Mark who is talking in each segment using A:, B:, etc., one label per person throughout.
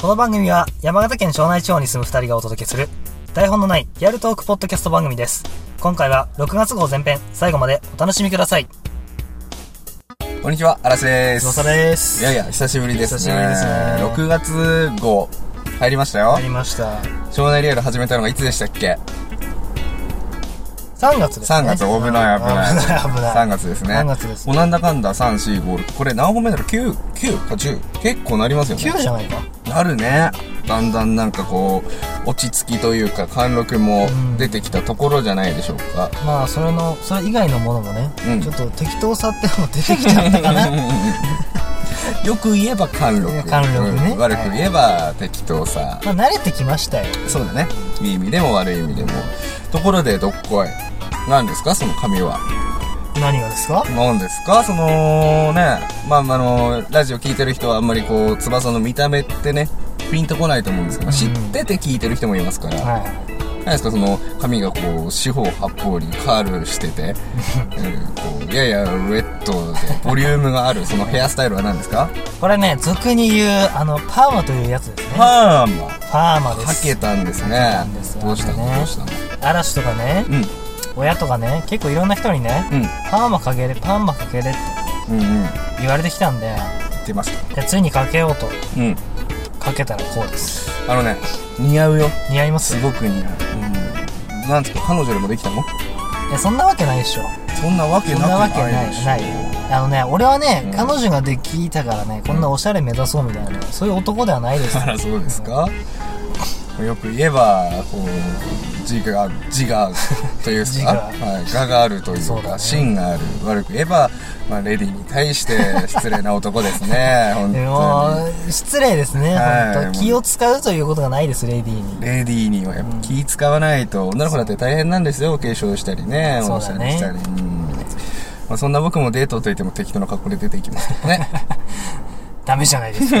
A: この番組は山形県庄内地方に住む2人がお届けする台本のないリアルトークポッドキャスト番組です今回は6月号前編最後までお楽しみください
B: こんにちは、嵐です。
A: です
B: いやいや、久しぶりですね。
A: 久しぶりですね
B: 6月号、入りましたよ
A: あ。りました
B: 庄内リアル始めたのがいつでしたっけ
A: 3月ですね
B: ?3 月、危ない危ない。
A: 危ない危ない
B: 3月ですね。
A: 3月です
B: もうなんだかんだ、3、4、5、6。これ何本目だろう ?9、9か10。結構なりますよね。
A: 9じゃないか
B: なるね。だんだんなんかこう、落ち着きというか、貫禄も
A: うん
B: 出てきたところじゃないでしょうか。
A: まあそれのそれ以外のものもね、
B: うん
A: ちょっと適当さってのも出てきちゃったか な
B: よく言えば貫禄。
A: 貫禄ね
B: うん悪く言えば適当さ。
A: まあ慣れてきましたよ
B: そうだね。いい意味でも悪い意味でも。ところで、どっこい。何ですかその髪は。
A: 何がですか
B: 何ですかそのね、まあ、まああの、ラジオ聞いてる人はあんまりこう、翼の見た目ってね、ピンとこないと思うんですけど、
A: うん
B: 知ってて聞いてる人もいますから。
A: は
B: 何ですかその、髪がこう、四方八方にカールし てて、うんこう、ややウェットで、ボリュームがある、そのヘアスタイルは何ですか
A: いこれね俗に言うあのパーマというやつですね
B: パーマ。
A: パーマで
B: か
A: す
B: けたんです
A: かけ
B: ね
A: たんです。よ
B: どうした
A: あのね
B: のどうしたの
A: 嵐とかね
B: うん、
A: 親とかね結構いろんな人にね
B: うん、
A: パーマかけれパーマかけれって
B: うん、うん。
A: 言われてきたんで
B: 出ました。
A: でついにかけようと
B: うん。
A: かけたらこうです
B: あのね、似合うよ。
A: 似合います
B: すごく似合う。うん。なんですか、彼女でもできたの
A: いやそんなわけないでしょ
B: そんなわけ
A: そ
B: なんく
A: なわけない
B: でしょ
A: ないあのね俺はね、
B: うん
A: 彼女ができたからねこんなおしゃれ目指そうみたいなねそういう男ではないです
B: あら、 そうですか。よく言えば、こう、自我、自我という
A: 自
B: か、
A: 我
B: はい、我があるとい
A: そう
B: う
A: だね
B: か、芯がある。悪く言えば、まあ、レディーに対して失礼な男ですね。本
A: で
B: 当
A: も失礼ですね、
B: はい
A: 本当気を使うということがないですレディーに
B: に。レディーにはやっぱ気使わないと、女の子だって大変なんですよ。お化粧したりね、
A: そ
B: お
A: う
B: し
A: だ
B: ゃ
A: ね
B: れしたり。うんまあ、そんな僕もデートといっても適当な格好で出ていきますけどね。
A: ダメじゃない ですか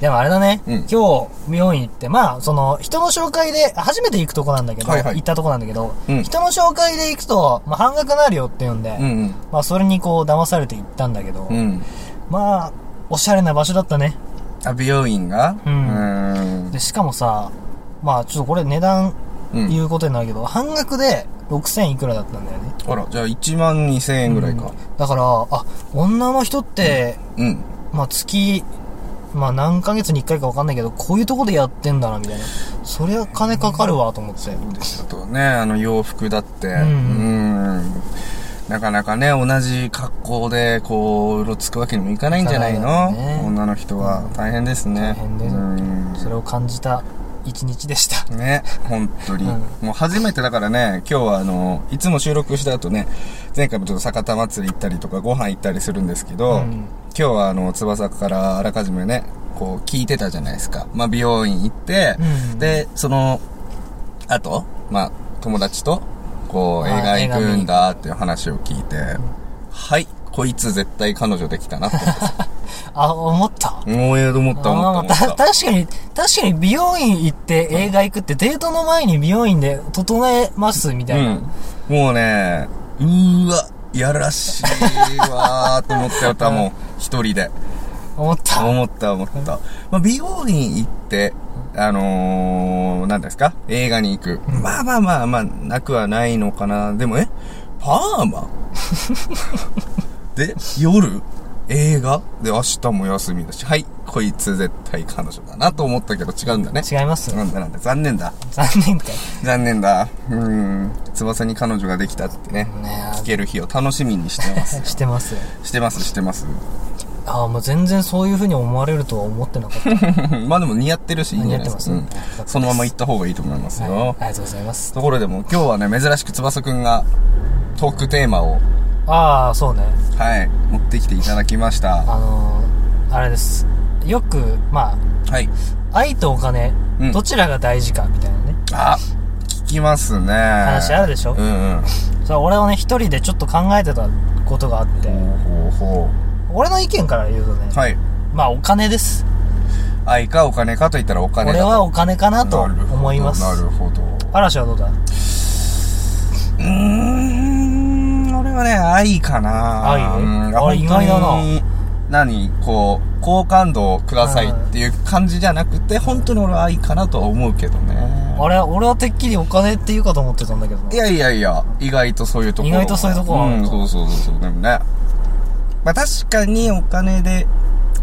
A: でもあれだね、
B: うん
A: 今日美容院行ってまあその人の紹介で初めて行くとこなんだけど、
B: はいはい
A: 行ったとこなんだけど、
B: うん
A: 人の紹介で行くと、まあ、半額になるよって言うんで、
B: うん
A: まあそれにこう騙されて行ったんだけど、
B: うん。うん。
A: まあおしゃれな場所だったね
B: あ、美容院が
A: う
B: うんん。
A: でしかもさまあちょっとこれ値段
B: うん。
A: 言うことになるけど、半額で6000いくらだったんだよね
B: あら、じゃあ1万2千円ぐらいか。
A: だからあ女の人って、
B: うん。
A: まあ月まあ何ヶ月に1回か分かんないけどこういうとこでやってんだなみたいなそりゃ金かかるわと思って、
B: ですあとね、あの洋服だって。うんん。なかなかね、同じ格好で、こう、うろつくわけにもいかないんじゃない
A: いかな
B: の
A: いよね
B: 女の人は。大変ですね。
A: 大変です
B: うん
A: それを感じた一日でした
B: ね、本当に。
A: うん
B: もう初めてだからね、今日はあの、いつも収録した後ね、前回もちょっと酒田祭り行ったりとかご飯行ったりするんですけ
A: う
B: ど、
A: ん
B: 今日はあの、翼からあらかじめね、こう聞いてたじゃないですか。まあ美容院行って、
A: うん
B: で、その、あと、まあ友達と、こう映
A: あ
B: 画
A: 映画
B: 行
A: 見に
B: くんだっていう話を聞いて、はい、こいつ絶対彼女できたなって思 った。
A: あ思った
B: 思えと思った思
A: あ
B: った思った
A: た。確かに、確かに美容院行って映画行くってデートの前に美容院で整えますみたいな。
B: うん。もうね、うーわ、やらしいわーと思ったよ、た もん。一人で。
A: 思った。
B: 思った思った。まあ、美容院行って、あのー、何ですか映画に行く。まあまあまあまあ、なくはないのかな。でもえパーマで、夜映画で、明日も休みだし、はい、こいつ絶対彼女だなと思ったけど違うんだね。
A: 違います
B: なんだなんだ、残念だ。
A: 残念かい。
B: 残念だ。うん。翼に彼女ができたってね。
A: ね
B: 聞ける日を楽しみにして ます。
A: してます。
B: してます、してます。
A: ああ、もう全然そういう風に思われるとは思ってなかった。
B: まあでも似合ってるし、いいんじゃないですか。
A: 似合
B: う
A: ってます
B: んそのまま行った方がいいと思います
A: はい
B: よ。
A: ありがとうございます。
B: ところでも、今日はね、珍しく翼くんがトークテーマを、
A: ああ、そうね。
B: はい、持ってきていただきました。
A: あのー、あれです。よく、ま
B: はい。
A: あ、愛とお金、
B: うん
A: どちらが大事かみたいなね。
B: あ、聞きますね。
A: 話
B: 話
A: あるでしょ
B: うんうん。
A: それ俺はね、一人でちょっと考えてたことがあって、
B: ほうほうほ
A: 俺の意見から言うとね、
B: う。はい。
A: まあお金です。
B: 愛かお金かと言ったらお金
A: 俺
B: だ
A: はお金かなと
B: なるほど
A: 思います。
B: なるほど。
A: 嵐はどうだ
B: うーん、俺はね、愛かな
A: 愛
B: うん
A: あ意外だな
B: 本当に何、こう、好感度をくださいっていう感じじゃなくて、本当に俺はいいかなとは思うけどね。
A: あれ俺はてっきりお金っていうかと思ってたんだけどない
B: やいやいや、意外とそういうところ。
A: 意外とそういうところあ
B: う
A: る
B: ん、
A: の
B: そうそうそうそう。でもね。まあ確かにお金で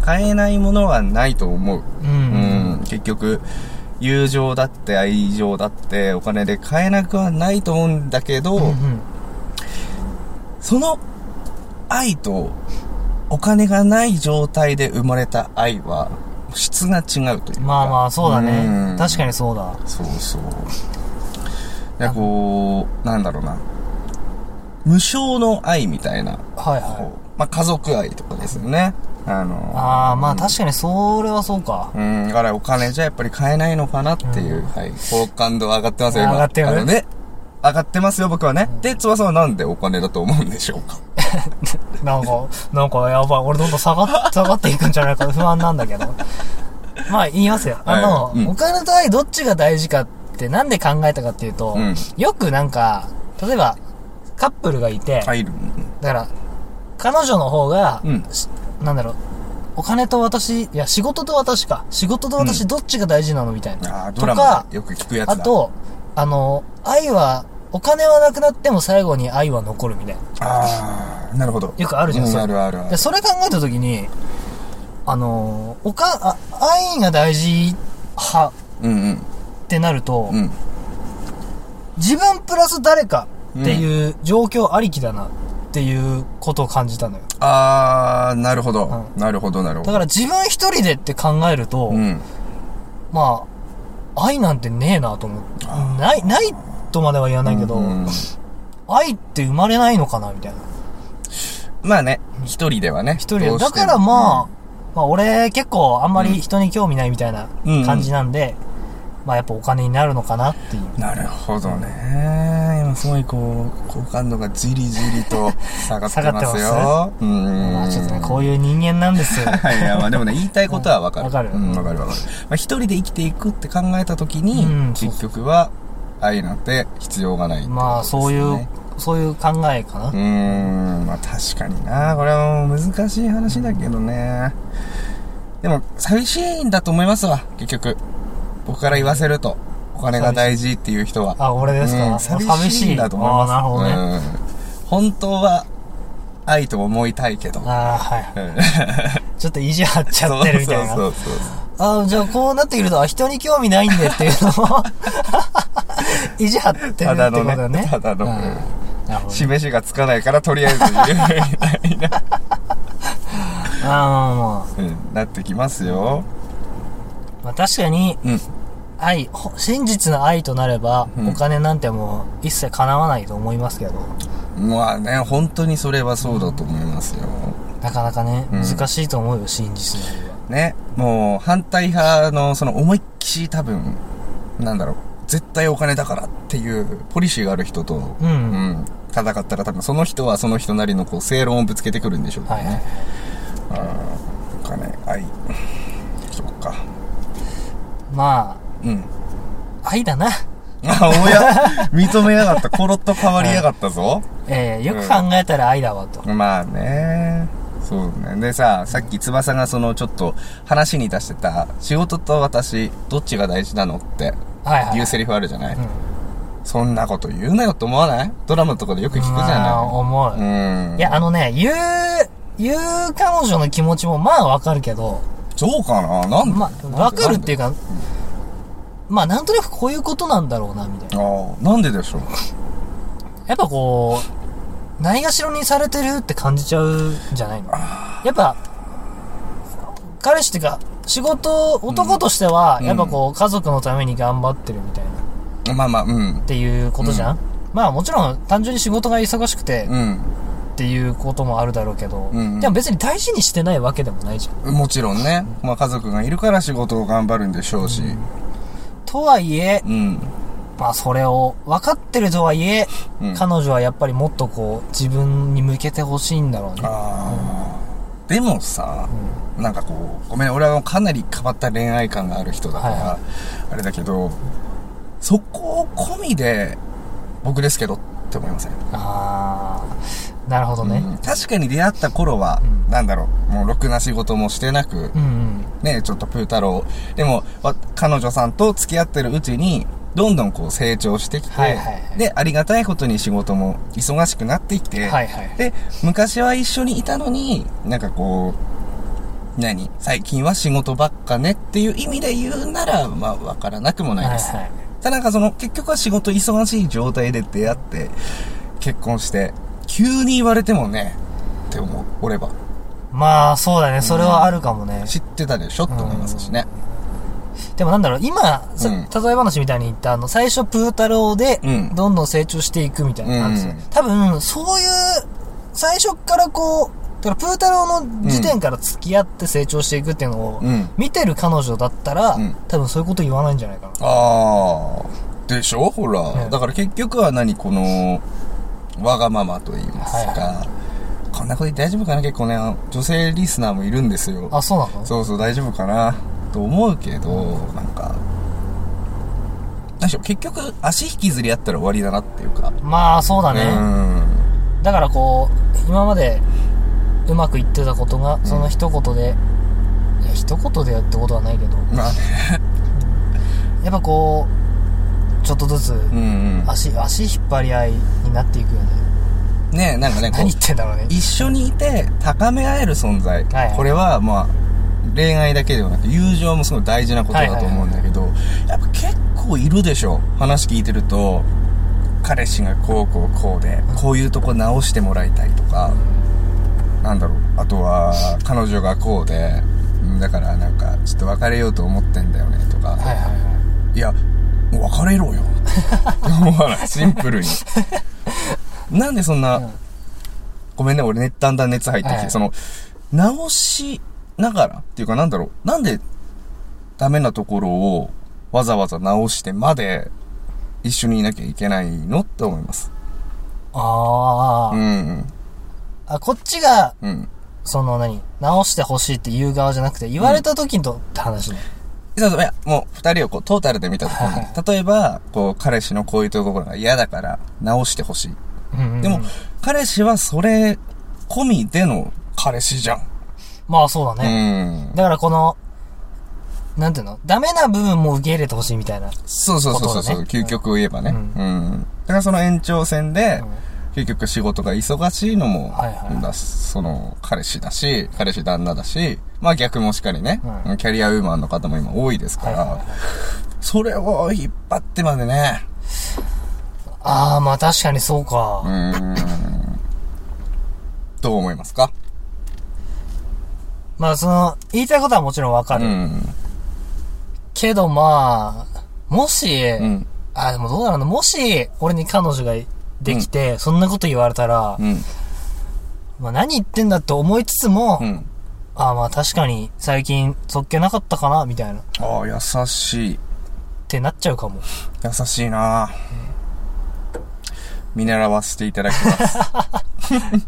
B: 買えないものはないと思う。
A: う
B: うんん、結局、友情だって愛情だってお金で買えなくはないと思うんだけど、
A: うんうん
B: その愛とお金がない状態で生まれた愛は質が違うというか。
A: まあまあそうだ
B: う
A: ね
B: ん
A: 確かにそうだ
B: そうそう。いや、こう、なんだろうな。無償の愛みたいな。
A: はい
B: こう
A: はい
B: まあ、家族愛とかですよね。あの
A: ああまあ確かにそれはそうか
B: うん、だからお金じゃやっぱり買えないのかなっていう、はい。好感度上がってますよ、今。
A: 上がってる
B: あのね。上がってますよ、僕はね。で、翼はなんでお金だと思うんでしょうか。
A: なんかなんかやばい俺どんどん下がっ 下がっていくんじゃないか不安なんだけどまあ言いますよあの
B: はいうん
A: お金と愛どっちが大事かってなんで考えたかっていうと
B: うん
A: よくなんか例えばカップルがいて
B: 入る。
A: だから、彼女の方が、
B: うん
A: しなんだろう、お金と私、いや、仕事と私か。仕事と
B: う
A: 私どっちが大事なのみたい
B: あ
A: な。
B: あ、
A: と
B: ドラマ
A: か、
B: でよく聞くやつだ。
A: あ、と、あの、愛は、お金はなくなっても最後に愛は残るみたいな。
B: ああ、なるほど。
A: よくあるじゃん
B: う
A: それ
B: あるあるあ
A: で、
B: る。
A: それ考えたときに、あの、おか、あ愛が大事派
B: うん
A: ってなると、
B: うん。うん。
A: 自分プラス誰かっていう状況ありきだなっていうことを感じたのよ。
B: ああ、なるほど。
A: う
B: なるほど、なるほ
A: だ
B: ど。
A: から自分一人でって考えると、
B: うん。
A: まあ、愛なんてねえなと思って。ない、ないとまでは言わないけど、
B: うん
A: 愛って生まれないのかなみたいな。
B: まあね、一人ではね。
A: 一人
B: ど
A: で。
B: うし
A: だか
B: ても
A: らまあ、まあ俺結構あんまり人に興味ないみたいな
B: うん
A: 感じなんで、まあやっぱお金になるのかなっていう。
B: なるほどね。今すごいこう、好感度がじりじりと下がってます
A: 下が
B: よ。うん。
A: まあちょっとね、こういう人間なん ですよ。
B: はい、いや、まあでもね、言いたいことはわかる。
A: わかる
B: うん、わかるわかる。まあ一人で生きていくって考えたときに、
A: うんそうそう
B: 結局は、愛なんて必要がないってことですね、
A: まあそういう、そういう考えかな
B: う。ーん、まあ確かにな。これはもう難しい話だけどね。でも、寂しいんだと思いますわ、結局。僕から言わせると。お金が大事っていう人は。
A: あ、俺です
B: う
A: か
B: ん寂しいんだと思い
A: ああ
B: ま
A: ー、
B: す。
A: なるほどね。あ
B: うん本当は、愛と思いたいけど。
A: あ、は
B: うん
A: い。 ちょっと意地張っちゃってるみたいな。
B: そうそうそうそう。
A: ああ、じゃあこうなってくると、あ、人に興味ないんでっていうのも、 意地張ってるってこと
B: ただの
A: だね。
B: ね。ただの。
A: うんなるほどね。
B: 示しがつかないから、とりあえず言うみたいな、
A: ああ、まあま
B: うんなってきますよ。
A: あ、まあ確かに、
B: うん。
A: 愛、ほ真実の愛となれば、
B: うん
A: お金なんてもう一切叶わないと思いますけど、
B: まあね、本当にそれはそうだと思いますよ。
A: なかなかね、
B: うん
A: 難しいと思うよ、真実の愛は。
B: ね、もう反対派のその思いっきり多分、なんだろう、絶対お金だからっていうポリシーがある人と、
A: う。
B: うんん、戦ったら多分その人はその人なりのこう正論をぶつけてくるんでしょうけど
A: はいはい。。
B: ねお金、愛。そっか。
A: ま
B: うん。
A: あ、愛だな。
B: あ、おや、認めやがった。コロッと変わりやがったぞ。
A: ええよく考えたら愛だわと。
B: まあね。そうね。でさ、さっき翼がそのちょっと話に出してた、仕事と私、どっちが大事なのって
A: はいはい。
B: いうセリフあるじゃない、
A: ん
B: そんなこと言うなよって思わないドラマとかでよく聞くじ
A: まあ
B: ゃ
A: 思う。
B: ないうん。
A: いや、、あのね、言う、言う彼女の気持ちもまあわかるけど、
B: そうかななんで
A: まあ、わかるっていう
B: か。
A: か、まあ、なんとなくこういうことなんだろうな、みたいな。
B: ああ、なんででしょう
A: やっぱこう、ないがしろにされてるって感じちゃうんじゃないのやっぱ、彼氏っていうか、仕事、男としては、
B: うん
A: やっぱこう、家族のために頑張ってるみたいな、っ
B: まあまあ、うん。
A: ていうことじゃん、まあもちろん単純に仕事が忙しくて
B: う
A: っていうこともあるだろうけど、
B: うんうん
A: でも別に大事にしてないわけでもないじゃん。
B: ん。もちろんね。まあ家族がいるから仕事を頑張るんでしょうし。
A: とはいえ、
B: うん。
A: まあそれを分かってるとはいえ、
B: うん
A: 彼女はやっぱりもっとこう自分に向けてほしいんだろうね。
B: あーでもさ、なんかこうごめん俺はかなり変わった恋愛観がある人だから、
A: はいは
B: あれだけどそこを込みで僕ですけどって思いません
A: ああなるほどね。
B: うん確かに出会った頃は、
A: うん
B: なんだろう、もうろくな仕事もしてなく
A: う、んうん。
B: ね、ちょっとプー太郎。でも、わ彼女さんと付き合ってるうちに、どんどんこう成長してきて、
A: はいはいはい
B: で、ありがたいことに仕事も忙しくなってきて、
A: はいはい。
B: で、昔は一緒にいたのに、なんかこう、何最近は仕事ばっかねっていう意味で言うなら、まあ、わからなくもないです。
A: はいはい
B: ただなんかその、結局は仕事忙しい状態で出会って、結婚して、急に言われてもね、って思う、俺は。
A: まあ、そうだね。それはあるかもね。
B: 知ってたでしょって思いますしね。
A: でもなんだろう、今、さ
B: うん
A: 例え話みたいに言った、あの、最初プー太郎で
B: うん、
A: どんどん成長していくみたいな感じ、
B: うん
A: 多分、そういう、最初からこう、だからプー太郎の時点から付き合って成長していくっていうのを
B: うん、
A: 見てる彼女だったら、
B: うん
A: 多分そういうこと言わないんじゃないかな。
B: ああ、でしょほら、
A: ね
B: だから結局は何この、わがままと言いますか。
A: はいは
B: こんなこと言って大丈夫かな結構ね、女性リスナーもいるんですよ。
A: あ、そうなの
B: そうそう、大丈夫かなと思うけど、なんか、何でしょう、結局、足引きずり合ったら終わりだなっていうか。
A: まあ、そうだね。
B: うん。
A: だからこう、今までうまくいってたことが、その一言で、いや、一言でやってことはないけど、
B: まあね、
A: やっぱこう、ちょっとずつ、
B: うんうん。
A: 足、足引っ張り合いになっていくよね。
B: ねなんかね、こ
A: 何
B: う
A: 言ってんだろうね。
B: 一緒にいて高め合える存在、
A: はい
B: これはまあ恋愛だけではなく友情もすごい大事なことだと思うんだけど、やっぱ結構いるでしょ話聞いてると彼氏がこうこうこうでこういうとこ直してもらいたいとかなんだろうあとは彼女がこうでうんだからなんかちょっと別れようと思ってんだよねとか、
A: はいはいはい
B: や、もう別れ ろよ。思わない。シンプルに。なんでそんな、
A: うん
B: ごめんね、俺ね、だんだん熱入ってきて、
A: はい
B: その、直しながらっていうかなんだろう、なんでダメなところをわざわざ直してまで一緒にいなきゃいけないのって思います。
A: い。ああ、
B: うんうん。
A: あ、こっちが、
B: うん。
A: その何、直してほしいって言う側じゃなくて、言われた時にとって話ね。
B: そうそう、いや、もう二人をこうトータルで見たとき
A: は
B: に、例えば、こう彼氏のこういうところが嫌だから直してほしい。
A: うんうんうん
B: でも、彼氏はそれ込みでの彼氏じゃん。
A: まあそうだ
B: う
A: ね。
B: ん。
A: だからこの、なんていうのダメな部分も受け入れてほしいみたいな。
B: そうそうそうそ
A: こ
B: う、
A: とね
B: 究極を言えばね。
A: う
B: うんん。だからその延長線で、
A: うん
B: 結局仕事が忙しいのも、
A: はいはい
B: だその、彼氏だし、彼氏旦那だし、まあ逆もしかりね、
A: うん
B: キャリアウーマンの方も今多いですか
A: は
B: ら、
A: いはいはい
B: それを引っ張ってまでね、
A: ああ、まあ確かにそうか。
B: うん。どう思いますか
A: まあその、言いたいことはもちろんわか
B: う
A: る。
B: ん。
A: けどまあ、もし、
B: うん。
A: あ、でもどうなのもし、俺に彼女ができて、そんなこと言われたら、
B: うん。
A: まあ何言ってんだって思いつつも、
B: うん。
A: ああまあ確かに最近そっけなかったかな、みたいな。っ
B: ああ、優しい。
A: てなっちゃうかも。
B: 優しいなぁ見習わせていただき ます。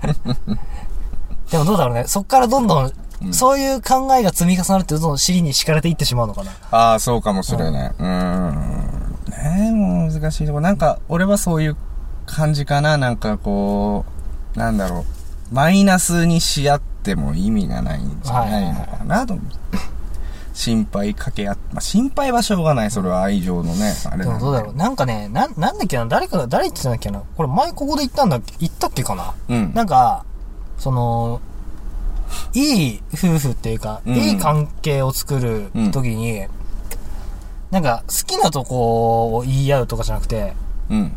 A: でもどうだろうね。そっからどんどん、そういう考えが積み重なってどんどん尻に敷かれていってしまうのかな。
B: ああ、そうかもしれない。うーん。ねえ、もう難しいとこ。なんか、俺はそういう感じかな。なんかこう、なんだろう。マイナスにし合っても意味がないんじゃないのかなと思う。心配かけ合っ、まあ、心配はしょうがない。それは愛情のね、あれ
A: で
B: な
A: も
B: ん
A: どうだろう。なんかね、なん、なんだっけな、誰かが、誰言ってたんだっけな。これ前ここで言ったんだっけ、言ったっけかな。
B: うん。
A: なんか、その、いい夫婦っていうか、
B: うん
A: いい関係を作る時に、なんか好きなとこを言い合うとかじゃなくて、
B: うん。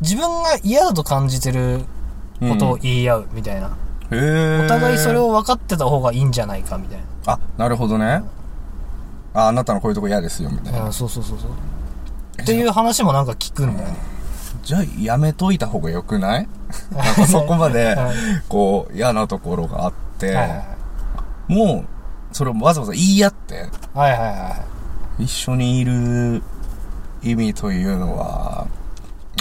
A: 自分が嫌だと感じてることを言い合うみたいな。
B: へえ。
A: お互いそれを分かってた方がいいんじゃないかみたい
B: あ、なるほどね。あ、あなたのこういうとこ嫌ですよ、みたいな
A: な。。うん、そうそうそうそう。っていう話もなんか聞くんだよね。
B: じゃあやめといた方が良く ないなんかそこまで
A: はい、
B: こう、嫌なところがあって、
A: はい
B: もう、それをわざわざ言い合って、
A: はいはいはいはいはい。
B: 一緒にいる意味というのは、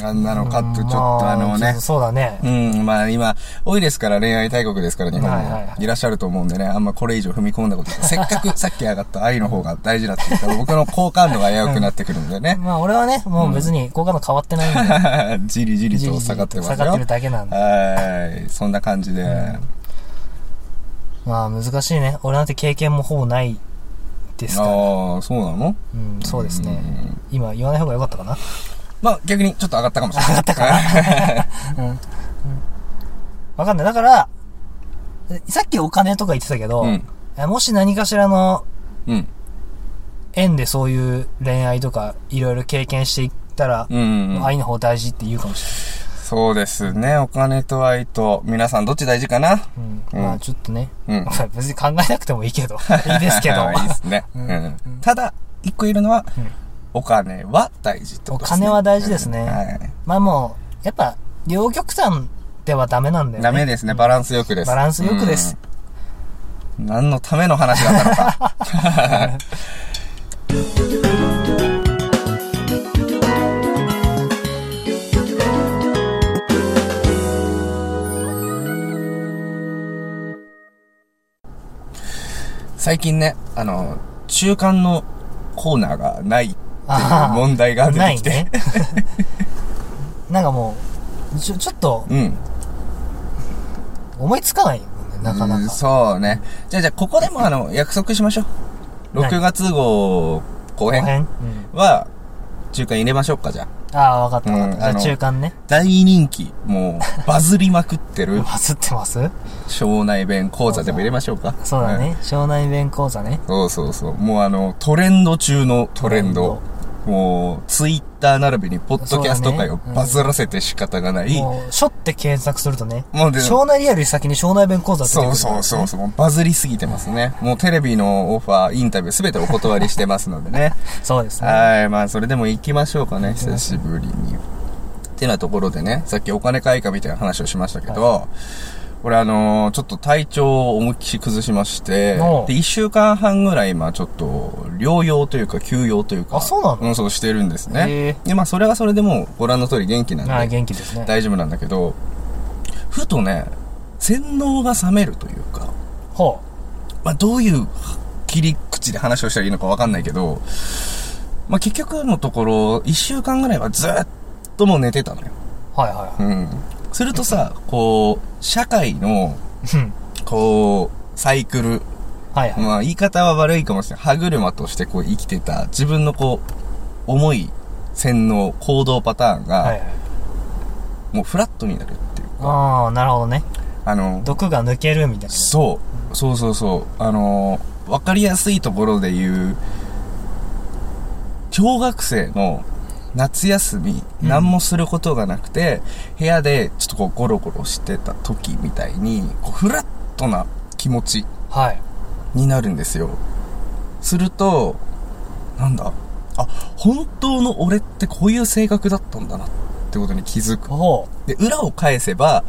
B: あんなのカット、ちょっと
A: ま
B: あのね
A: そう。そうだね。
B: うん、まあ今、多いですから恋愛大国ですから日本
A: はいはいは
B: もいらっしゃると思うんでね、あんまこれ以上踏み込んだことないせっかくさっき上がった愛の方が大事だって言ったら僕の好感度が危うくなってくるんでね。
A: まあ俺はね、もう別に好感度変わってないん で、
B: じりじり
A: じり
B: と
A: じり
B: 下がってます
A: 下がって
B: よ
A: る。だけなんで。
B: はい。そんな感じで。
A: まあ難しいね。俺なんて経験もほぼないですから。
B: ああ、そうなの
A: うん、そうですね
B: う。ん
A: 今言わない方が良かったかな。
B: まあ逆にちょっと上がったかもしれない。上がったか
A: わかんない。だから、えさっきお金とか言ってたけど、
B: うん。
A: えもし何かしらの
B: うん。
A: 縁でそういう恋愛とかいろいろ経験していったら、
B: うん、うん。
A: 愛の方大事って言うかもし
B: そうですね。お金と愛と、皆さんどっち大事かな
A: れない。うん。
B: うん
A: まあちょっとね、
B: うん
A: 別に考えなくてもいい けど、いいですけど
B: は。いいですね。
A: う
B: うんん。
A: うん
B: ただ、一個いるのは、
A: うん
B: お金は大事ってことですね。
A: お金は大事ですね
B: うんはい。
A: まあもう、やっぱ、両極端ではダメなんだよね。
B: ダメですね。バランスよくです。
A: バランスよくです
B: うん。何のための話だったのか。最近ね、あの、中間のコーナーがないっていう
A: あー
B: 問題が出
A: な
B: て
A: い
B: きて。
A: ね。 なんかもう、ちょ、ちょっと、
B: うん。
A: 思いつかないよね、なかな
B: うん
A: か。
B: そうね。じゃあじゃあ、ここでもあの、約束しましょう。
A: 何
B: 6月号後
A: この
B: 編
A: 辺うん。
B: は、中間入れましょうか、じゃあ。
A: ああ、わかったわかった。
B: うん
A: じゃあ
B: あの
A: 中間ね。
B: 大人気、もう、バズりまくっ てる、
A: バズってます
B: 省内弁講座でも入れましょうか。
A: そうだね。湘南弁講座ね。
B: うん。そうそうそう。もうあの、トレンド中のトレンド。もう、ツイッター並びに、ポッドキャスト界
A: そ
B: を
A: うだねうん
B: バズらせて仕方がない。
A: もう、しょって検索するとね。
B: もうで
A: 湘南リアルより先に湘南弁講座って出てく
B: そう
A: る
B: そうそうそう、もうバズりすぎてますね。もうテレビのオファー、インタビュー、すべてお断りしてますのでね。
A: そうですね。
B: はい、まあ、それでも行きましょうかね、
A: きま
B: 久
A: し
B: しぶりに。ってなところでね、さっきお金買いかみたいな話をしましたけど、俺あのーちょっと体調を思いっきり崩しまして、で、
A: おう
B: 1週間半ぐらい今ちょっと、療養というか休養というか、
A: あそうなの
B: ん、そうしてるんです
A: へ
B: ね。で、まあ、それはそれでもうご覧の通り元気なんで、
A: ああ、元気ですね。
B: 大丈夫なんだけど、ふとね、洗脳が冷めるというか、
A: ほ
B: まあ、どういう切り口で話をしたらいいのかわかんないけど、まあ、結局のところ、一週間ぐらいはずっともう寝てたのよ。
A: う。はいは
B: うん。するとさ、こう、社会の、
A: い。うん。
B: こう、サイクル、
A: はいはい。
B: まあ、言い方は悪いかもしれない。歯車としてこう生きてた、自分のこう、重い洗脳、行動パターン
A: はいはい
B: が、。もうフラットになるっていうか、
A: ああ、なるほどね。
B: あの、
A: 毒が抜けるみたいな。
B: そう。そうそうそう。あのー、わかりやすいところで言う、小学生の夏休み、
A: うん
B: 何もすることがなくて、部屋でちょっとこうゴロゴロしてた時みたいに、こうフラットな気持ち
A: はい。
B: になるんですよ。すると、なんだ、あ、本当の俺ってこういう性格だったんだなってことに気づく。
A: ほ
B: で、裏を返せば、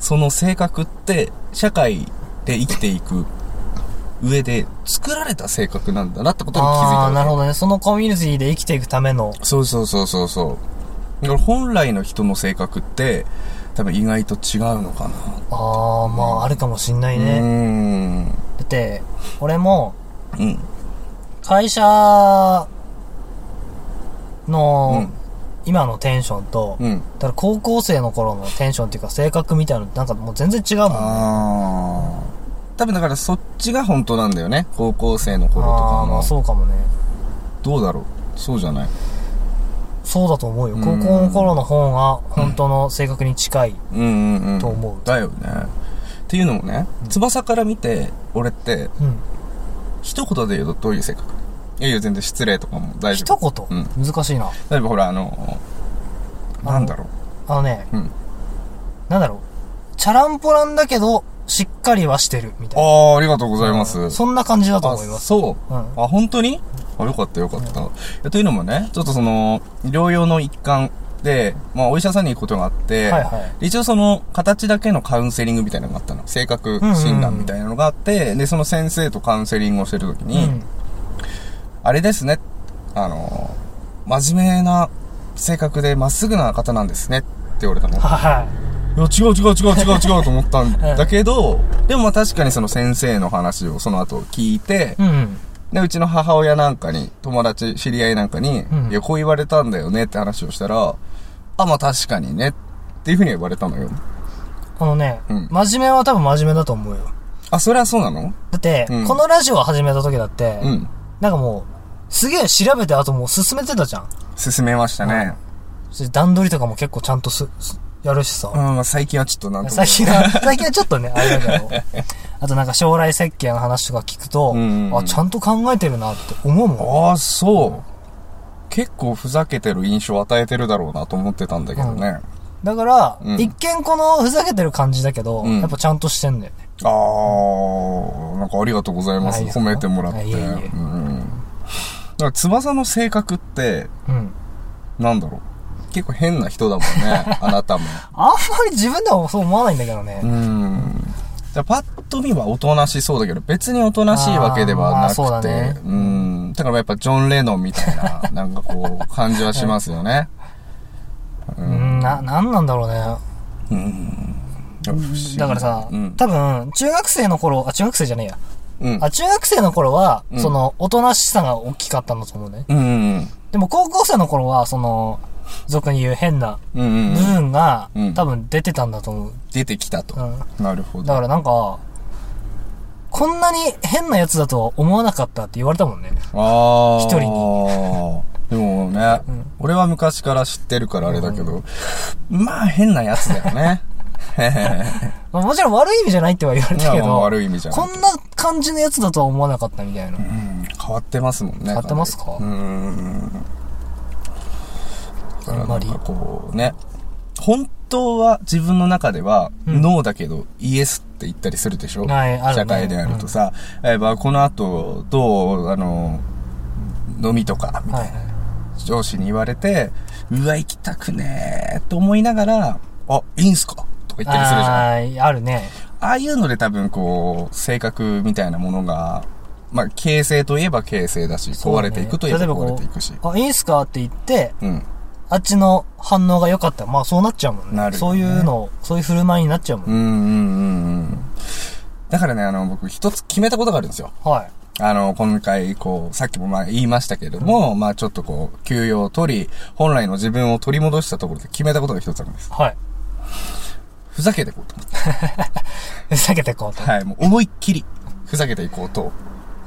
B: その性格って、社会で生きていく上で作られた性格なんだなってこ
A: う。
B: とに気づいた
A: ああ、
B: わけ
A: なるほどね。そのコミュニティで生きていくための。
B: そうそうそうそうそう。だから本来の人の性格って、多分意外と違うのかな。
A: ああ、まあ、あるかもしんないうね。
B: ーん。
A: だって、俺も、
B: うん。
A: 会社
B: う
A: の
B: ん、。
A: 今のテンションと、
B: うん。
A: だから高校生の頃のテンションっていうか性格みたいなのってなんかもう全然違うもんね。
B: あー。多分だからそっちが本当なんだよね。高校生の頃と
A: あ
B: か
A: あ、まあ
B: の。
A: そうかもね。
B: どうだろうそうじゃない
A: そうだと思うよ。
B: うん
A: 高校の頃の方が本当の性格に近い。
B: うんうんうん。
A: と思う
B: だよね。っていうのもね、翼から見て、俺って、
A: うん。
B: 一言で言うとどういう性格いやいや、全然失礼とかも大丈
A: 一
B: 夫。
A: 言、難しいな。
B: 例えばほら、あの、
A: あの
B: なんだろ
A: あのね、
B: う。うん。
A: なんだろう。チャランポランだけど、しっかりはしてる、みたいな。
B: ああ、ありがとうございます。
A: そんな感じだと思います。
B: そう。
A: うん
B: あ、本当にあ、よかったよかった、いやというのもね、ちょっとその、療養の一環で、まあ、お医者さんに行くことがあって、
A: はいはい
B: 一応その、形だけのカウンセリングみたいなのがあったの。性格診断みたいなのがあって、で、その先生とカウンセリングをしてるとき
A: う
B: に、
A: ん。
B: あれですね、あの、真面目な性格でまっすぐな方なんですねって言われたの。いや、
A: は
B: 違う違う違う違う 違うと思ったんだけど、でもまあ確かにその先生の話をその後聞いて
A: い。、うん。
B: で、うちの母親なんかに、友達、知り合いなんかに、
A: うん
B: いや、こう言われたんだよねって話をしたら、あ、まあ確かにね、っていうふうには言われたのよ。
A: あのね、
B: うん
A: 真面目は多分真面目だと思うよ。
B: あ、それはそうなの
A: だって、
B: うん
A: このラジオを始めた時だって、
B: うん。
A: なんかもう、すげえ調べて、あともう進めてたじゃん。
B: 進めましたね。
A: そして段取りとかも結構ちゃんとす、すやるしさ。
B: うん、まあ最近はちょっとなんとも
A: 最。近 は、最近はちょっとね、あれだけど。あとなんか将来設計の話とか聞くと、
B: うんうん
A: あ、ちゃんと考えてるなって思うもん。
B: ああ、そう。結構ふざけてる印象を与えてるだろうなと思ってたんだけどね。
A: だから、
B: うん
A: 一見このふざけてる感じだけど、
B: うん
A: やっぱちゃんとしてんだよね。
B: ああ、なんかありがとうございます。
A: はい
B: 褒めてもらっ
A: は
B: て。
A: いいえいえ
B: うん。だから翼の性格って、
A: うん。
B: なんだろう。結構変な人だもん ね、あなたも。
A: あんまり自分ではそう思わないんだけどね。
B: うん。じゃあパッと見はおとなしそうだけど、別におとなしいわけではなく
A: あーまあそうだ
B: て、
A: ね
B: うん。だからやっぱジョン・レノンみたい な、なんかこう、感じはしますよね。
A: うん、な、なんなんだろうね。
B: うん。
A: だからさ、
B: うん。
A: 多分、中学生の頃、あ、中学生じゃねえや。
B: うん。
A: あ、中学生の頃は、
B: うん
A: その、おとなしさが大きかったんだと思うね。
B: うんうん
A: でも高校生の頃は、その、俗に言う変な
B: うん。うん
A: 部
B: うん。
A: 分が、
B: うん
A: 多分出てたんだと思う。
B: 出てきたと
A: う。ん。
B: なるほ
A: だ
B: ど。
A: からなんか、こんなに変なやつだとは思わなかったって言われたもんね。
B: ああ。
A: 一人に
B: でもね、俺は昔から知ってるからあれだけど、まあ変なやつだよ ね。
A: まあもちろん悪い意味じゃないっては言われたけ
B: まあまあ
A: ど、
B: 悪い意味じゃない
A: こんな感じのやつだとは思わなかったみたいな。
B: うん変わってますもんね。
A: 変わってますか
B: うーん。だから
A: あんまり
B: なんかこうね、本当は自分の中では、
A: うん
B: ノーだけどイエスって言ったりするでしょ、
A: はいあるね
B: 社会であるとさ、えばこの後、どう、あの、飲みとか、みたい
A: はいはい。
B: な上司に言われて、うわ、行きたくねーと思いながら、あ、いいんすかとか言ったりするじゃん。
A: あーあるね。
B: ああいうので多分こう、性格みたいなものが、まあ、形成といえば形成だし、
A: そう
B: 壊
A: ね
B: れていくといえば
A: 例えばこう
B: 壊れていくし。
A: あ、いいんすかって言って、
B: うん。
A: あっちの反応が良かったら、まあそうなっちゃうもんね。
B: なるよね
A: そういうの、そういう振る舞いになっちゃうもん
B: うんう
A: ね。
B: んうんうん。だからね、あの、僕一つ決めたことがあるんですよ。
A: はい。
B: あの、今回、こう、さっきもまあ言いましたけれども、まあちょっとこう、休養を取り、本来の自分を取り戻したところで決めたことが一つあるんです。
A: はい。
B: ふざけていこうと思って。
A: 避けていこうと。
B: はい、もう思いっきり、ふざけていこうと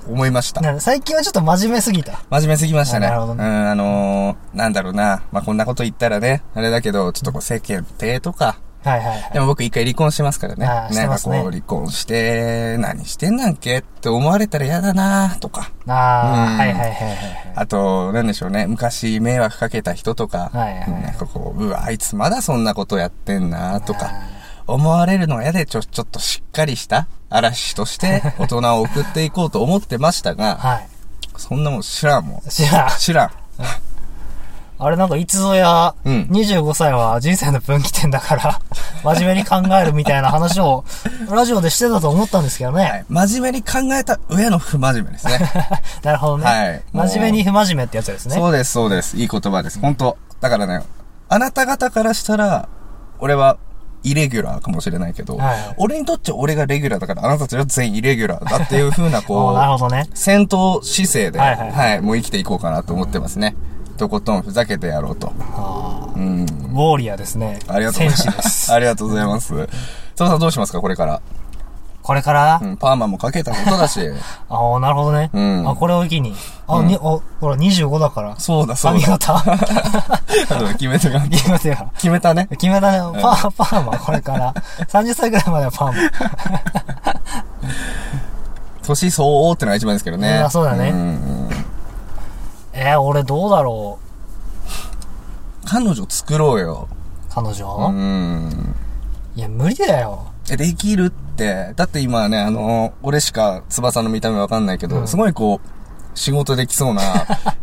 B: 思いました。
A: なんか最近はちょっと真面目すぎた。
B: 真面目すぎましたね。
A: あなるほどね
B: うん、あのー、なんだろうな。まあ、こんなこと言ったらね、あれだけど、ちょっとこう世間体とか。
A: はいはいはい。
B: でも僕一回離婚してますからね。
A: あーして
B: なん
A: ま
B: か
A: す
B: こ
A: ね
B: う離婚して、何してんなんけって思われたら嫌だなとか。
A: あ
B: う
A: あ、
B: ん
A: はいはいはいはい
B: あと、なんでしょうね。昔迷惑かけた人と
A: は
B: か。
A: いはいはい
B: なんかこう、うわ、あいつまだそんなことやってんなとか。思われるのが嫌で、ちょ、ちょっとしっかりした嵐と して大人を送っていこうと思ってましたが、
A: はい。は
B: そんなもん知らんもん
A: い。。じゃあ、
B: 知らん。
A: あれなんかいつぞや、
B: うん
A: 25歳は人生の分岐点だ から、真面目に考えるみたいな話を、ラジオでしてたと思ったんですけどね。
B: はい。真面目に考えた上の不真面目ですね。
A: なるほ どね。
B: はい
A: 真面目に不真面目ってやつですね。
B: そうです、そうです。いい言葉です。本当だからね、あなた方からしたら、俺は、イレギュラーかもしれないけど、
A: はい
B: 俺にとっちゃ俺がレギュラーだから、あなたたちは全員イレギュラーだっていう風な、
A: お
B: こ
A: ーなるほどね。
B: う、戦闘姿勢で、
A: は
B: はいい、
A: はい
B: もう生きていこうかなと思ってますね。とことんふざけてやろうと。
A: あー
B: う
A: ウ
B: ん。
A: ォーリアーですね。
B: ありがとうござ
A: 戦
B: い
A: 士
B: ま
A: です
B: す。ありがとうございます。そのさんどうしますか、これから。
A: これから、
B: うん、パーマもかけたこ とだし。
A: ああ、なるほどね。
B: うん
A: あ、これを機に。あ、に、あ、ほら、25だから。
B: そうだ、そう
A: 髪
B: だ。
A: 型
B: 決めたが、
A: 決めてよ。
B: 決めたね。
A: 決めたね。パー、パーマ、これ から。30歳ぐらいまではパー
B: 年相応ってのが一番ですけどね。
A: うんそうだね
B: んうん
A: マ。えー、俺どうだろう。
B: 彼女作ろうよ。
A: 彼
B: う
A: 女、
B: ん。
A: いや、無理だよ。
B: えできるって。だって今ね、あの、俺しか翼の見た目わかんないけど、すごいこう、仕事でき そうな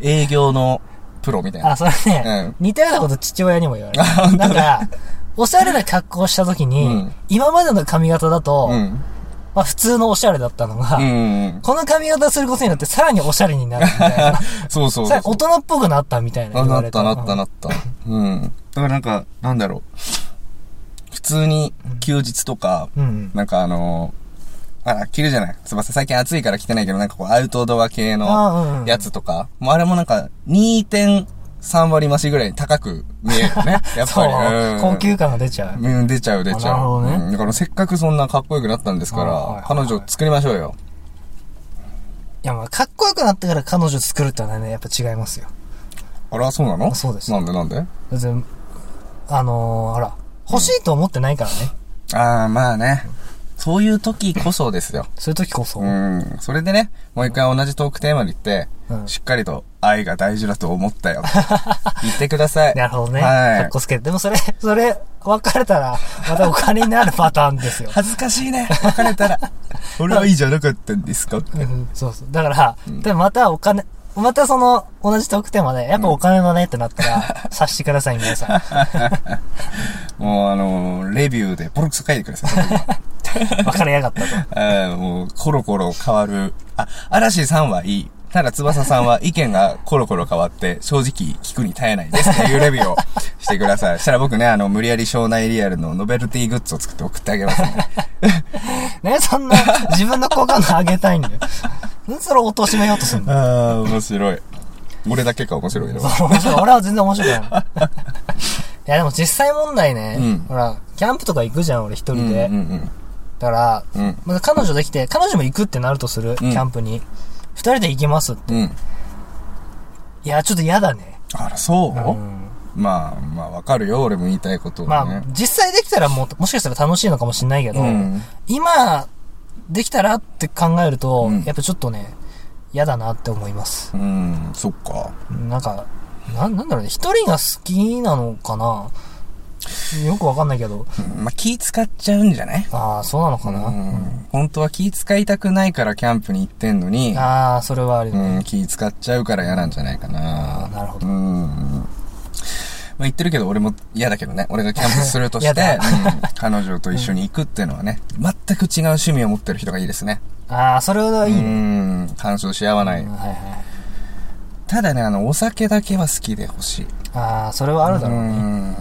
B: 営業のプロみたいな
A: あ、。それね、似たようなこと父親にも言われる。なんか、おしゃれな格好をした時に、
B: うん
A: 今までの髪型だと、
B: うん。
A: まあ普通のおしゃれだったのが、
B: うん。
A: この髪型することによってさらにおしゃれになるみたいな。
B: そうそ
A: さ
B: うそう
A: らに大人っぽくなったみたいな
B: あ、
A: 言わ
B: なっ
A: れ
B: た
A: て。
B: なった
A: うん
B: なった。うん。だからなんか、なんだろう。普通に休日とか、
A: うん。
B: なんかあのー、あら、着るじゃない翼。最近暑いから着てないけど、なんかこう、アウトドア系の
A: あうんうん
B: やつとか。もうあれもなんか、2.3割増しぐらいに高く見える ね。やっ
A: そう、
B: ぱり。
A: 高級感が出ちゃう。
B: うん、出ちゃう出ちゃ
A: あなるほ
B: う。
A: どね
B: うんだからせっかくそんなかっこよくなったんですか
A: あはいはいは
B: ら
A: い、
B: 彼女作りましょうよ。
A: いや、まあ、かっこよくなってから彼女作るってのはね、やっぱ違いますよ。
B: あら、そうなの
A: そうです
B: なんでなんで
A: だってあのー、ほら、欲しいと思ってないからね。
B: ああ、まあね。そういう時こそですよ。
A: そういう時こそ。
B: うん。それでね、もう一回同じトークテーマで言って、
A: うん
B: しっかりと愛が大事だと思っ たよ。言ってください。
A: なるほどね。
B: はい
A: かっこつけて。でもそれ、 それ、別れたら、またお金になるパターンです よ。
B: 恥ずかしいね。別れたら。俺はいいじゃなかったんですかって。
A: うんそうそう。だから、でもまたお金、またその、同じ特典まで、やっぱお金だねってなった ら、察してください、皆さ
B: もうあのーレビューでボロクソ書いてくださいその時は。
A: ん。別れやがったと。
B: あーもう、コロコロ変わる。あ、嵐さんはいい。ただ、翼さんは意見がコロコロ変わって、正直聞くに耐えないですっていうレビューをしてください。したら僕ね、あの、無理やり庄内リアルのノベルティグッズを作って送ってあげますね。
A: ね、そんな、自分の好感度上げたいんだよ。 なんでそれを貶めようとするの
B: ああ、面白い。俺だけか面白いの。
A: そう面白い。俺は全然面白く ない。いや、でも実際問題ね、
B: うん
A: ほら、キャンプとか行くじゃん、俺一
B: うんう
A: 人
B: ん
A: で。
B: うん。
A: だから、
B: うん。
A: まだ彼女できて、彼女も行くってなるとする、
B: うん
A: キャンプに。二人で行きますって。
B: うん。
A: いや、ちょっと嫌だね。
B: あら、そう、
A: うん
B: まあ、まあ、わかるよ。俺も言いたいことをね。
A: まあ、実際できたらもう、もしかしたら楽しいのかもしれないけど、
B: うん。
A: 今、できたらって考えると、
B: うん
A: やっぱちょっとね、嫌だなって思います。
B: うん、そっか。
A: なんか、なん、なんだろうね、一人が好きなのかなよくわかんないけど、
B: うんまあ、気使っちゃうんじゃない
A: ああ、そうなのかな、
B: うん。本当は気使いたくないからキャンプに行ってんのに、
A: ああ、それはある、
B: うん、気使っちゃうから嫌なんじゃないか
A: ああ、
B: な。
A: なるほ
B: う
A: ど。
B: ん。まあ、言ってるけど俺も嫌だけどね。俺がキャンプすると
A: 嫌
B: して、
A: だ
B: うん彼女と一緒に行くっていうのはね、全く違う趣味を持ってる人がいいですね。
A: ああ、それはいいね。
B: うん、干渉し合わない
A: うん。はいはい。
B: ただね、あの、お酒だけは好きでほしい。
A: ああ、それはあるだろうね。
B: うん。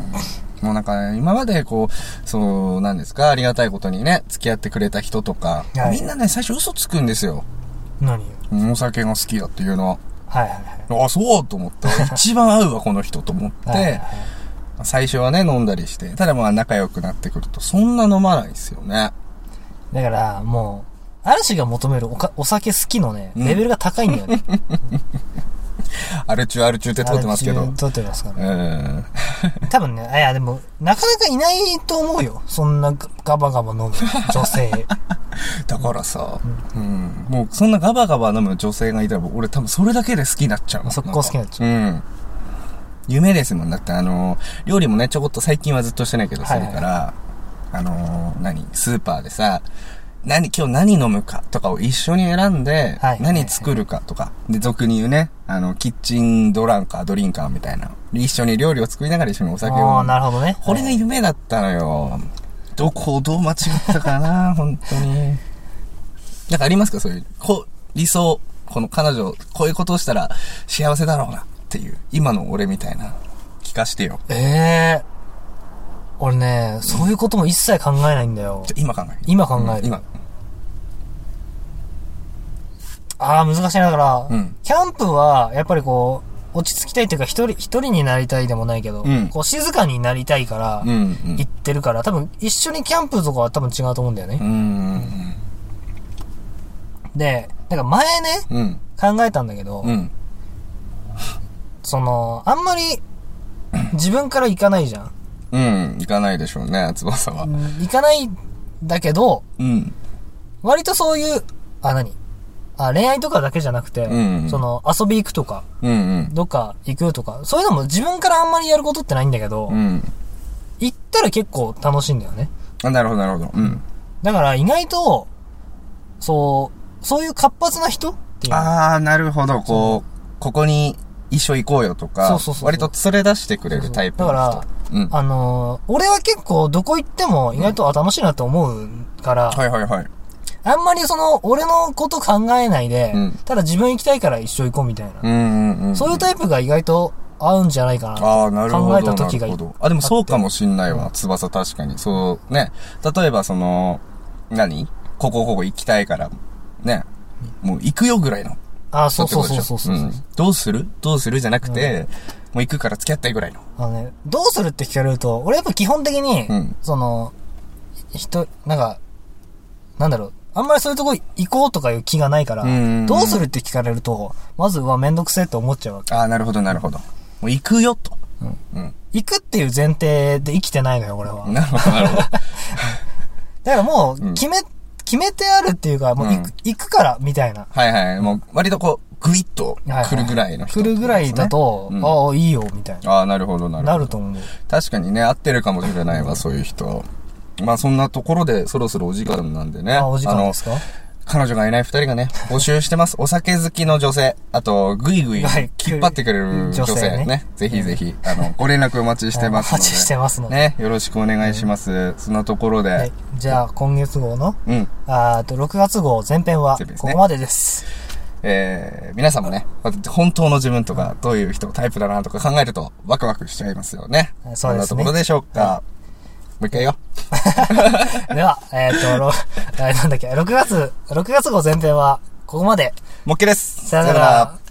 B: もうなんか、今までこう、そう、なんですか、ありがたいことにね、付き合ってくれた人とか、
A: はい
B: みんなね、最初嘘つくんですよ。
A: 何よ
B: うんお酒が好きだっていうのは。
A: はいはいはい。
B: あ、そうと 思って、一番合うわ、この人と思っ
A: はいはい
B: て
A: は、い
B: 最初はね、飲んだりして、ただまあ仲良くなってくると、そんな飲まないですよね。
A: だから、もう、嵐が求めるおかお酒好きのね、
B: うん
A: レベルが高いんだ よね。
B: アルチュアルチュって通ってますけ
A: あれ
B: ど
A: 中。撮ってますから
B: う。ん。
A: 多分ね、いや、でも、なかなかいないと思うよ。そんなガバガバ飲む女 性。
B: だからさ、うん。もう、そんなガバガバ飲む女性がいたら、俺多分それだけで好きになっちゃうもん。
A: 速攻好きになっち
B: ゃう。うん。夢ですもん。だって、あの、料理もね、ちょこっと最近はずっとしてないけど、す
A: はい
B: る
A: はい
B: から、あの、何スーパーでさ、何、今日何飲むかとかを一緒に選んで
A: はい、
B: 何作るかとか、で、俗に言うね、あの、キッチンドランカー、ドリンカーみたいな。で一緒に料理を作りながら一緒にお酒
A: あ
B: を
A: あ、
B: 飲む
A: な。るほどね。
B: これが
A: はい
B: 夢だったのよ。どこをどう間違ったか な、本当に。なんかありますかそういう、こう、理想、この彼女、こういうことをしたら幸せだろうなっていう、今の俺みたいな、聞かしてよ。
A: ええ俺ね、そういうことも一切考えないんだよ
B: じ。ゃ今考える。
A: 今考える
B: うん今。
A: ああ、難しいな。だから、
B: うん
A: キャンプは、やっぱりこう、落ち着きたいというか、一人、一人になりたいでもないけど、
B: うん
A: こう、静かになりたいから、
B: うん、うん
A: 行ってるから、多分、一緒にキャンプとかは多分違うと思うんだよね。
B: うん。
A: で、なんか前ね、
B: うん。
A: 考えたんだけど、
B: うん。
A: その、あんまり、自分から行かないじゃん。
B: うん。行かないでしょうね、翼は。
A: 行かないんだけど、
B: うん。
A: 割とそういう、あ、何あ、恋愛とかだけじゃなくて、
B: んうん
A: その、遊び行くとか、
B: うん。うん。
A: どっか行くとか、そういうのも自分からあんまりやることってないんだけど、
B: うん。
A: 行ったら結構楽しいんだよね。
B: あなるほど、なるほど。うん。
A: だから意外と、そう、そういう活発な人っていうの。
B: ああ、なるほど。こう、ここに一緒行こうよとか、
A: そうそうそうそう
B: 割と連れ出してくれるタイプの
A: だ
B: 人。
A: か
B: うん。
A: あのー俺は結構どこ行っても意外と、あ、楽しいなって思うから、
B: はいはいはい。
A: あんまりその、俺のこと考えないで、
B: うん
A: ただ自分行きたいから一緒行こうみたいな。
B: うんうんうん。
A: そういうタイプが意外と合うんじゃないかな。
B: ああ、なるほど。
A: 考えた時が
B: なるほどあ、でもそうかもしんないわ。翼確かに。そう、ね。例えばその、何ここここ行きたいから、ね。もう行くよぐらいの。
A: あ、そうそうそうそうそう、
B: んどうするどうするじゃなくて、もう行くから付き合ってぐらいの。
A: あのね、どうするって聞かれると、俺やっぱ基本的に、
B: うん
A: その、人、なんか、なんだろう、あんまりそういうとこ行こうとかいう気がないから、
B: うん
A: どうするって聞かれると、まずはめんどくせえって思っちゃうわけ。
B: ああ、なるほど、なるほど。もう行くよ、と。うん。
A: 行くっていう前提で生きてないのよ、俺は。
B: なるほど、なるほ ど。
A: だからもう、決め、決めてあるっていうか、もう行く、
B: うん
A: 行くから、みたいな。
B: はいはい。もう、割とこう、ぐいっと
A: はい
B: 来るぐらいの人、
A: 来るぐらいだと、
B: うん
A: ああ、いいよ、みたいな。
B: ああ、なるほど、なるほど。
A: なると思う。
B: 確かにね、合ってるかもしれないわ、そういう人。まあそんなところでそろそろお時間なんでね。
A: あ、お時間
B: の
A: ですか
B: 彼女がいない二人がね、募集してます。 お酒好きの女性、あと、ぐいぐい
A: はい
B: 引っ張ってくれる女
A: 女性
B: 性
A: ね
B: ね。ぜひぜひ、あの、ご連絡お待ちしてますの
A: お
B: で。
A: 待ちしてますので
B: ね、よろしくお願いします。そんなところ
A: は
B: で
A: い。。じゃあ、今月号の、
B: うん。
A: あーあと、6月号前編は
B: 前編で、す
A: こ
B: ね
A: こまでです。
B: えー、皆さんもね、本当の自分とか、どういう人タイプだなとか考えると、ワクワクしちゃいますよね。
A: そうですね
B: そんなところでしょうか。もう一回よ。
A: では、えっ、と、ろ えーなんだっけ、6月、6月号前編は、ここまで。
B: もっけです。
A: さよなら。